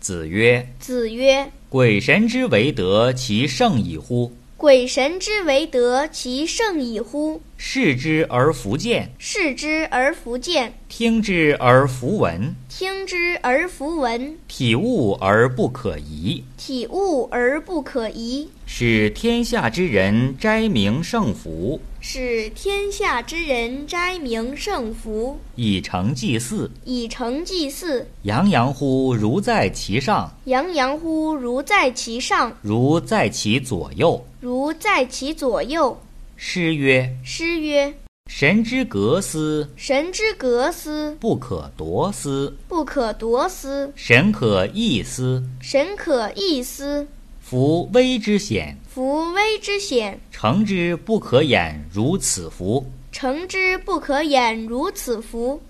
子曰子曰：“鬼神之为德，其圣矣乎！：“鬼神之为德，其圣矣乎！视之而弗见，视之而弗见，听之而弗闻，听之而弗闻，体悟而不可移，体悟而不可移，使天下之人斋明圣福，使天下之人斋明圣福，以成祭祀。以成祭祀。洋洋乎如在其上，洋洋乎如在其上，如在其左右。”如在其左右。”诗曰诗曰：“神之格思，：“神之格思，不可夺思；不可夺思；神可易思。神可易思。夫危之险，夫危之险，成之不可掩，如此夫。诚之不可掩，如此夫。